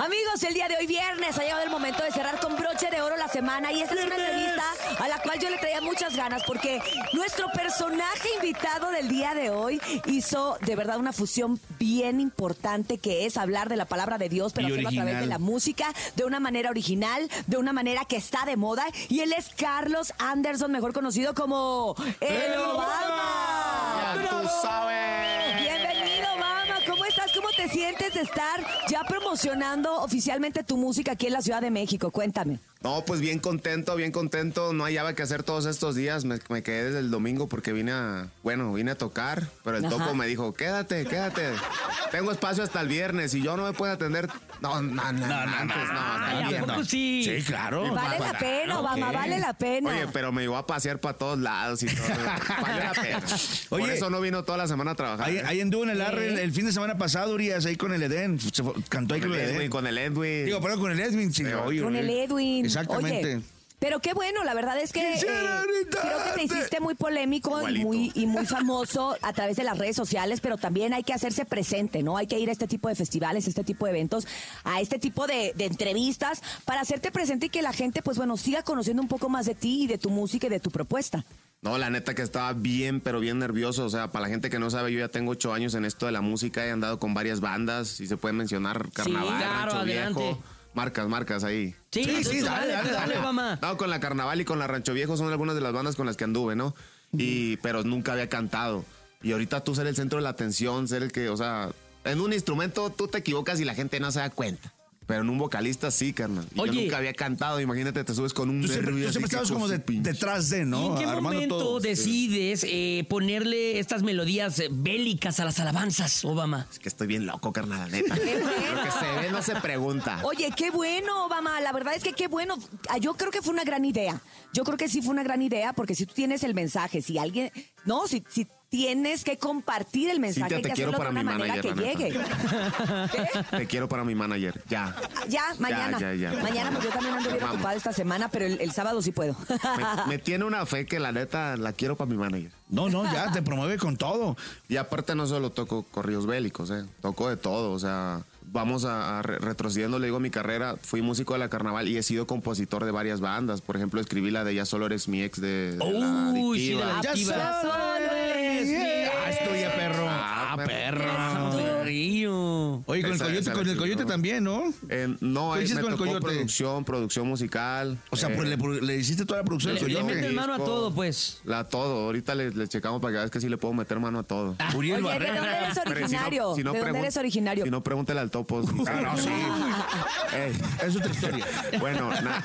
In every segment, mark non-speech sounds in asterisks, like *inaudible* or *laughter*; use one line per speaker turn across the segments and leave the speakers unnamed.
luz el día de hoy viernes. Ha llegado el momento de cerrar con broche de oro la semana y esta es una entrevista a la cual yo le traía muchas ganas porque nuestro personaje invitado del día de hoy hizo de verdad una fusión bien importante que es hablar de la palabra de Dios, pero
Y
hacerlo a través
original.
de la música, de una manera original, de una manera que está de moda. Y él es Carlos Anderson, mejor conocido como El
¡El
Obama.
Obama!
Ya tú sabes.
Bienvenido, Obama. ¿Cómo estás? ¿Cómo te sientes de estar ya promocionando oficialmente tu música aquí en la Ciudad de México? Cuéntame.
No, pues bien contento, bien contento. No hallaba que hacer todos estos días. Me, me quedé desde el domingo porque vine a, bueno, vine a tocar, pero el
Ajá.
topo me dijo, quédate, quédate. Tengo espacio hasta el viernes y yo no me puedo atender. No, no, no, no, antes, no, hasta el
Ay, ¿a
viernes.
poco sí?
Sí, claro.
Vale la pena, Obama,
ok.
vale la pena.
Oye, pero me iba a pasear para todos lados y todo. Valió la pena. Por
Oye.
eso no vino toda la semana a trabajar.
Ahí,
¿eh?
ahí anduvo en el arre el, el fin de semana pasado, Urias, ahí con el Edén. Se fue- cantó ahí
Con
con
el
el
Edwin,
Edén.
con el Edwin.
Digo, perdón, con el Edwin. sí, oye,
Con el Edwin.
eh, Exactamente.
Oye, pero qué bueno, la verdad es que eh,
Quisiera
creo que te
gritarte.
hiciste muy polémico y
Igualito.
muy, y muy famoso a través de las redes sociales, pero también hay que hacerse presente, ¿no? Hay que ir a este tipo de festivales, a este tipo de eventos, a este tipo de, de entrevistas para hacerte presente y que la gente, pues bueno, siga conociendo un poco más de ti y de tu música y de tu propuesta.
No, la neta que estaba bien, pero bien nervioso. O sea, para la gente que no sabe, yo ya tengo ocho años en esto de la música. He andado con varias bandas, si se puede mencionar, Carnaval,
claro,
Rancho
adelante.
Viejo. Marcas, marcas ahí.
Sí, sí,
sí,
dale,
dale,
dale,
dale,
dale,
dale.
Obama.
No, con la Carnaval y con la Rancho Viejo son algunas de las bandas con las que anduve, ¿no? Y, pero nunca había cantado. Y ahorita tú ser el centro de la atención, ser el que, o sea, en un instrumento tú te equivocas y la gente no se da cuenta. Pero en un vocalista sí, carnal. Y
Oye.
yo nunca había cantado, imagínate, te subes con un
Tú siempre,
nervio
tú
así
siempre
que
estabas
con
como
su
de-
pinche-
detrás de, ¿no?
¿Y en qué
Armando
momento
todo.
decides eh, ponerle estas melodías eh, bélicas a las alabanzas, Obama?
Es que estoy bien loco, carnal, la neta. Lo que se ve no se pregunta.
Oye, qué bueno, Obama. La verdad es que qué bueno. Ah, Yo creo que fue una gran idea. Yo creo que sí fue una gran idea porque si tú tienes el mensaje, si alguien. No, si. si Tienes que compartir el mensaje
Cintia,
hay
te
que
quiero
hacerlo
para
de una
mi
manera
manager,
que
la neta.
llegue. ¿Qué?
Te quiero para mi manager, *laughs* ya.
Ya, mañana.
ya, ya.
Mañana, porque yo también ando bien
Vamos.
ocupada esta semana, pero el, el sábado sí
*laughs*
puedo.
Me, me tiene una fe que la neta la quiero para mi manager.
No, no, ya te promueve con todo.
Y aparte no solo toco corridos bélicos, eh, toco de todo, o sea, vamos a, a re- retrocediendo, le digo mi carrera, fui músico de la carnaval y he sido compositor de varias bandas, por ejemplo, escribí la de Ya solo eres mi ex de, de la
Uy, sí, de
Adictiva.
la
Ya
adictiva.
solo eres mi ex.
Ah, estoy a perro.
Ah, perro.
Perrillo.
Oye, con el
Esa-
coyote,
esa
con
la
el
quiero.
coyote también, ¿no?
Eh, no,
¿Tú
eh,
hiciste
me
con el
tocó
Coyote?
producción, producción musical.
O sea,
eh,
pues, le, le hiciste toda la producción.
Le-
al
le
coyote.
metes mano a
disco.
todo, pues.
La todo, ahorita le, le checamos para que veas que sí le puedo meter mano a todo.
Uriel
Oye, ¿de
Barrera.
dónde eres originario? ¿De dónde
pregun-
eres originario?
Si no, pregúntale
*laughs*
al topo.
no, sí.
Ey,
*laughs* Es otra historia.
bueno,
*laughs*
na-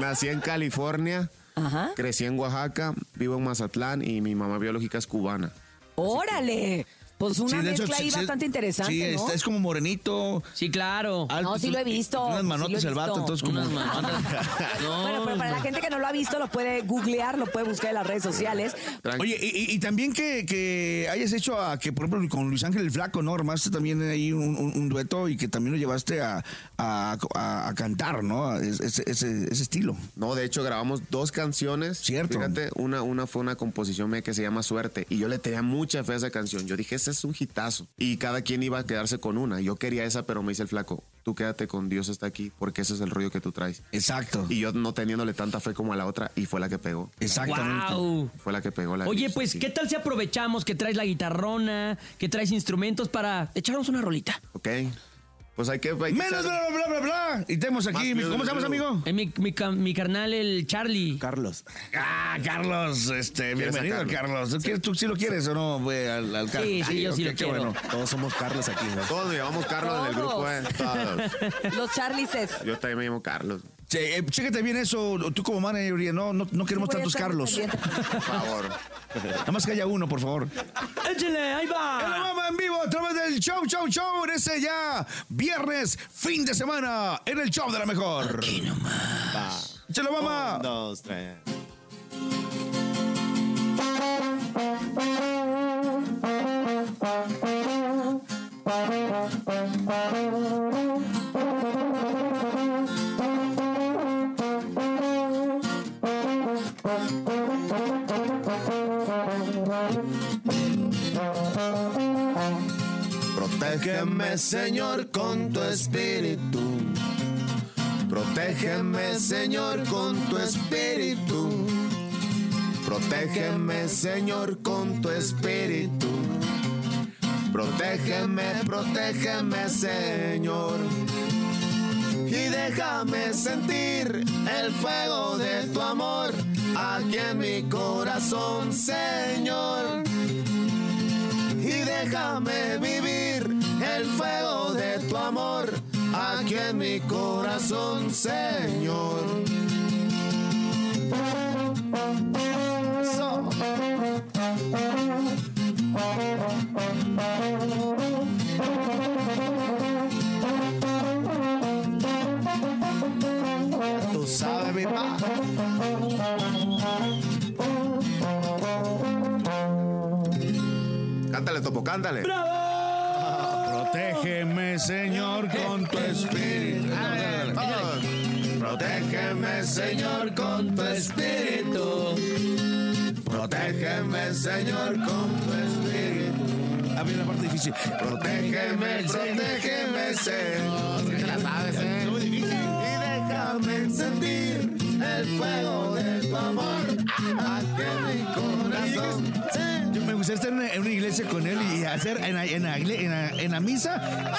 nací en California,
Ajá.
crecí en Oaxaca, vivo en Mazatlán y mi mamá biológica es cubana.
¡Órale! Pues una
Sí, de hecho,
mezcla ahí
sí, sí,
bastante interesante,
Sí,
¿no?
está- es como morenito.
Sí, claro.
alto,
sí lo he
tú-
visto,
Unas
sí lo he
manotas el vato,
visto.
entonces como. *laughs*
Unas manotas. No,
Bueno, pero para la gente que no lo ha visto, lo puede googlear, lo puede buscar en las redes sociales.
Tranqui-
Oye, y, y- y también que, que hayas hecho a que, por ejemplo, con Luis Ángel el Flaco, ¿no? Armaste también ahí un, un- un dueto y que también lo llevaste a, a- a- a cantar, ¿no? A Ese, ese- ese estilo.
No, de hecho grabamos dos canciones.
Cierto.
Fíjate, una, una fue una composición mía que se llama Suerte. Y yo le tenía mucha fe a esa canción. Yo dije, ese es un hitazo. Y cada quien iba a quedarse con una. Yo quería esa, pero me dice el flaco, tú quédate con Dios está aquí, porque ese es el rollo que tú traes.
Exacto.
Y yo no teniéndole tanta fe como a la otra, y fue la que pegó.
Exactamente.
Guau.
Fue la que pegó la
Oye,
Dios
pues,
Está
¿qué
Aquí.
tal si aprovechamos que traes la guitarrona, que traes instrumentos para echarnos una rolita?
Ok. Pues hay que. hay que
Menos bla,
echar-
bla, bla, bla, bla. Y tenemos aquí.
Más
mi-
bla,
¿Cómo
bla,
se llama,
bla.
amigo?
Eh, mi, mi ca- mi carnal, el Charlie.
Carlos. Ah, Carlos, este,
¿Quieres a
bienvenido,
Carlos?
Carlos. ¿Tú, quieres- tú sí lo quieres o no, güey, al, al Carlos?
Sí, sí, yo sí
ok,
lo
qué
quiero.
Todos somos Carlos aquí, güey.
Todos nos llamamos Carlos en el grupo, eh. Todos.
Los Charlices.
Yo también me llamo Carlos.
Sí, eh, chécate bien eso, tú como manager, Uriel, no, no, no queremos
Sí, voy a
tantos
estar muy
Carlos.
pendiente.
Por favor.
Nada más que haya uno, por favor.
¡Échale! ¡Ahí
¡El
va!
Obama en vivo a través del show, show, show. En ese ya viernes, fin de semana, en el show de la mejor. Aquí nomás. ¡Chelo, mamá!
dos, tres.
Protégeme, Señor, con tu espíritu. Protégeme, Señor, con tu espíritu. Protégeme, Señor, con tu espíritu. Protégeme, protégeme, Señor. Y déjame sentir el fuego de tu amor aquí en mi corazón, Señor. Y déjame vivir el fuego de tu amor aquí en mi corazón, Señor. So- Tú sabes, mi pa. Cántale, Topo, cántale.
Protégeme, Señor, con tu espíritu.
Ah, Protégeme, Señor, con tu espíritu. Protégeme, Señor, con tu espíritu.
A ver la parte difícil.
Protégeme, protégeme, Señor. Sí te la sabes, eh. Y déjame sentir el fuego de tu amor aquí en mi corazón.
Yo me gustaría estar en en una iglesia con él y hacer en la, en la igle- en la- en la misa. ¡Ah! ¡Ah!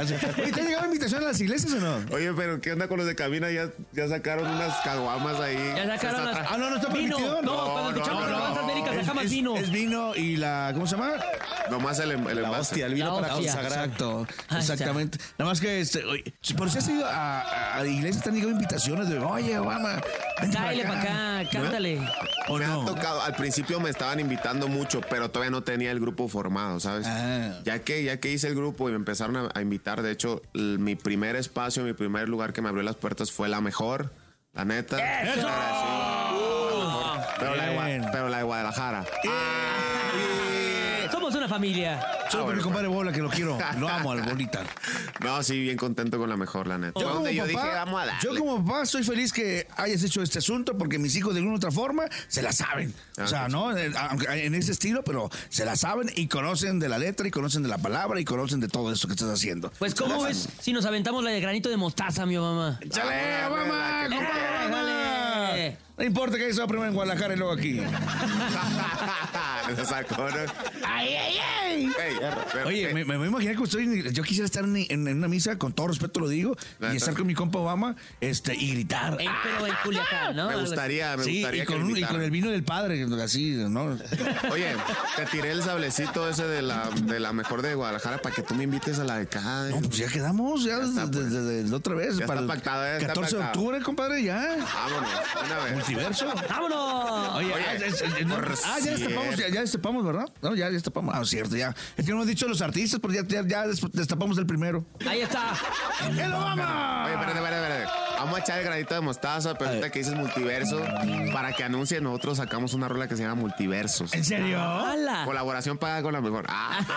Así. Oye, ¿Te ha llegado invitación a las iglesias o no?
Oye, pero ¿qué onda con los de cabina? Ya, ya sacaron unas caguamas ahí.
Ya sacaron las.
Ah, no, no está
vino.
permitido.
No,
No,
cuando
no,
escuchamos
no,
las bandas
no.
médicas
Es-
sacamos
es-
vino.
Es vino y la. ¿Cómo se llama?
Nomás el, em- el
La
envase.
hostia, el vino
La
para
hostia.
consagrar. Exacto,
Ah,
exactamente. Nada más que, este, oye, si- pero si has ido a, a- a iglesias, te han llegado invitaciones de, oye, Obama, vente
Cáele para acá, cántale.
¿O
Me
no?
ha tocado, al principio me estaban invitando mucho, pero todavía no tenía el grupo formado, ¿sabes?
Ah.
Ya que ya que hice el grupo y me empezaron a, a invitar, de hecho, l- mi primer espacio, mi primer lugar que me abrió las puertas fue la mejor, la neta. Agradecido. La mejor. Pero, la de,
Bien.
Gua- pero la de Guadalajara.
Eh, Somos una familia.
Solo por mi compadre Bola, que lo quiero. Lo amo al Bolita.
No, sí, bien contento con la mejor, la neta.
Yo como,
Donde yo
papá,
dije, vamos a darle.
yo como papá soy feliz que hayas hecho este asunto porque mis hijos de alguna u otra forma se la saben. O
Ah,
sea,
sí.
¿no? Eh, aunque En ese estilo, pero se la saben y conocen de la letra y conocen de la palabra y conocen de todo eso que estás haciendo.
Pues, ¿cómo ves si nos aventamos la de granito de mostaza, mi mamá?
¡Chale,
Ah,
mamá!
la que
compadre,
quiere.
mamá! No importa que haya estado primero en Guadalajara y luego aquí.
*laughs* Lo sacó, ¿no?
¡Ay, ay, ay!
Ey, pero-
Oye,
ey,
me, me voy a imaginar que estoy, yo quisiera estar en, en- en una misa, con todo respeto lo digo,
La
y
neta.
estar con mi compa Obama este, y gritar.
Eh, pero en Culiacán, ¿no?
me gustaría, Ah, me
Sí,
gustaría
y
que
con, un- y
invitaran.
con el vino del padre, así,
*laughs*
¿no?
Oye, te tiré el sablecito ese de la, de la mejor de Guadalajara para que tú me invites a la de acá. eh.
No, pues ya quedamos, ya, desde desde la otra vez.
pues. Ya está pactado, ya
el
está
14 de
pactado.
octubre, compadre, ya.
Vámonos, una vez.
Multiverso.
¡Vámonos!
Oye,
Oye,
ah, es- es- no-
por
ah, ya destapamos, ya, ya destapamos, ¿verdad? No, ya destapamos. Ah, cierto, ya. Es que no hemos dicho los artistas, porque ya, ya- ya des- destapamos el primero.
Ahí está.
¡El Obama!
Oye, espérate, espérate, espérate. Vamos a echar el granito de mostaza, pero ahorita que dices multiverso, para que anuncie, nosotros sacamos una rola que se llama Multiversos.
¿En serio?
¡Hala!
Colaboración paga con la mejor.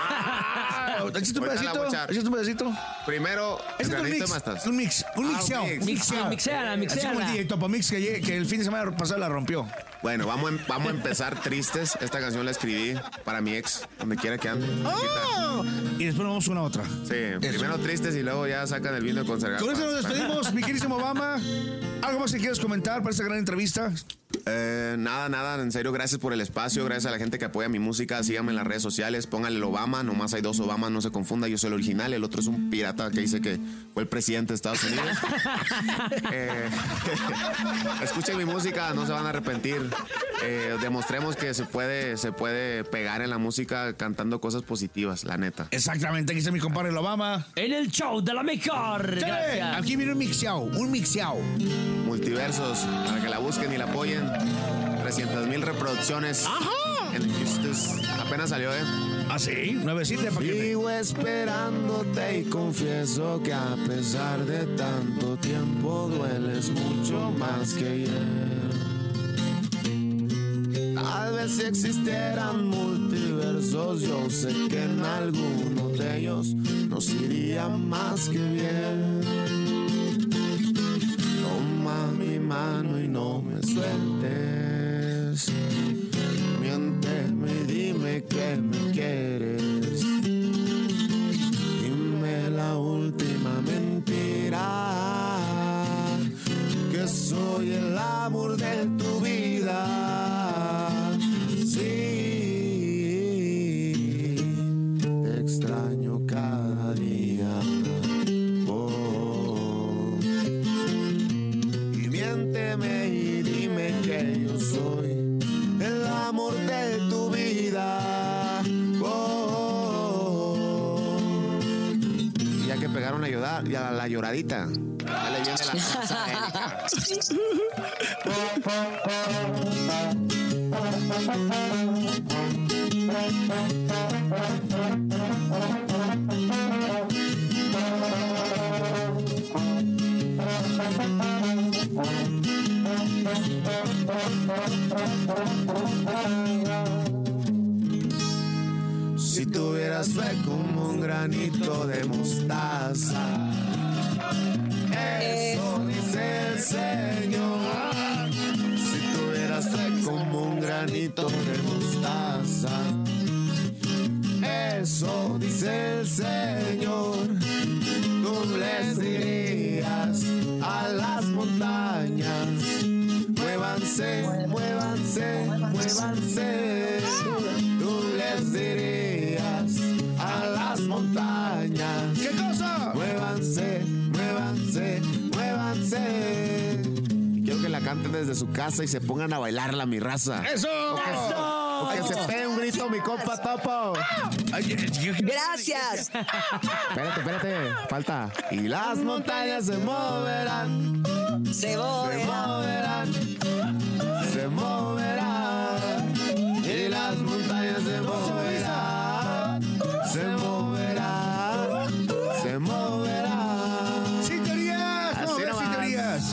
Ah.
Ah, Échate un
Ahorita
pedacito,
la voy a echar.
échate un pedacito.
Primero, el
Ese es un
granito de
mix,
mostaza.
un mix, un
Ah,
mixeo.
un mix.
mixeo.
Mixeala,
Así como el
mixeala.
DJ Topomix que, lle- que el fin de semana pasado la rompió.
Bueno, vamos a, em- vamos a empezar tristes. Esta canción la escribí para mi ex, donde quiera que ande.
¡Oh! Y después vamos una a otra.
Sí, primero tristes y luego ya sacan el vino con cerveza.
Con eso nos despedimos, mi querísimo Obama. ¿Algo más que quieras comentar para esta gran entrevista?
Eh, nada, nada, en serio, gracias por el espacio, gracias a la gente que apoya mi música, síganme en las redes sociales, pónganle el Obama, nomás hay dos Obamas, no se confunda, yo soy el original, el otro es un pirata que dice que fue el presidente de Estados Unidos. Eh, *laughs* escuchen mi música, no se van a arrepentir. Eh, demostremos que se puede, se puede pegar en la música cantando cosas positivas, la neta.
Exactamente, aquí está mi compadre el Obama.
En el show de la mejor.
Chale,
Gracias.
Aquí viene un mixeao, un mixeao.
Multiversos, para que la busquen y la apoyen. 300 mil reproducciones. En Justus. Apenas salió, ¿eh?
¿Ah, sí? Nuevecita para que...
Sigo esperándote y confieso que a pesar de tanto tiempo dueles mucho más que ayer. Tal vez si existieran multiversos, yo sé que en alguno de ellos nos iría más que bien. Toma mi mano y no me sueltes. Miénteme y dime que me quieres. Dime la última mentira. Oh, a llorar, y a la lloradita. Ya le viene la cosa a Erika. *laughs* Si tuvieras fe como un granito de mostaza. Eso dice el Señor. Si tuvieras fe como un granito de mostaza. Eso dice el Señor. Tú les dirías a las montañas. Muévanse, muévanse, muévanse. Tú les dirías a las montañas.
¿Qué cosa?
Muévanse, muévanse, muévanse. Y quiero que la canten desde su casa y se pongan a bailarla, mi raza.
¡Eso!
O que se pegue un grito, mi compa Topo.
Ay, eh, yo-
Gracias.
Espérate, espérate, falta. Y las montañas se moverán,
Se
se
voy.
moverán, se moverán. Y las montañas se moverán, se moverán, se moverán.
¡Sin teorías! No,
Así
ver, sin
nomás.
teorías.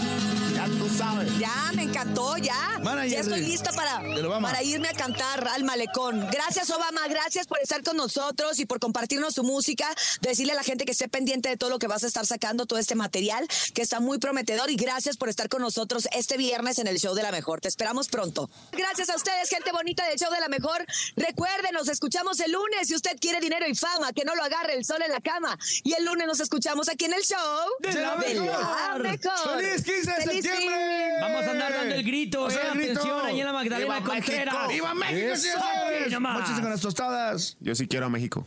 Ya tú sabes.
Ya, me encantó, ya.
Manager
ya estoy
de-
lista para,
del Obama.
para irme a cantar al malecón. Gracias, Obama. Gracias por estar con nosotros y por compartirnos tu música. Decirle a la gente que esté pendiente de todo lo que vas a estar sacando, todo este material que está muy prometedor. Y gracias por estar con nosotros este viernes en el Show de la Mejor. Te esperamos pronto. Gracias a ustedes, gente bonita del Show de la Mejor. Recuerden, nos escuchamos el lunes. Si usted quiere dinero y fama, que no lo agarre el sol en la cama. Y el lunes nos escuchamos aquí en el Show
¡De la Mejor!
Mejor.
¡Feliz 15 de
¡Feliz
septiembre!
Vamos a andar dando el grito,
Vamos a
eh,
dar el grito.
atención, ahí en la
¡Viva
Magdalena
México!
Contreras.
¡Viva México,
Eso,
señores!
aquí nomás.
Mochese con las tostadas.
Yo sí quiero a México.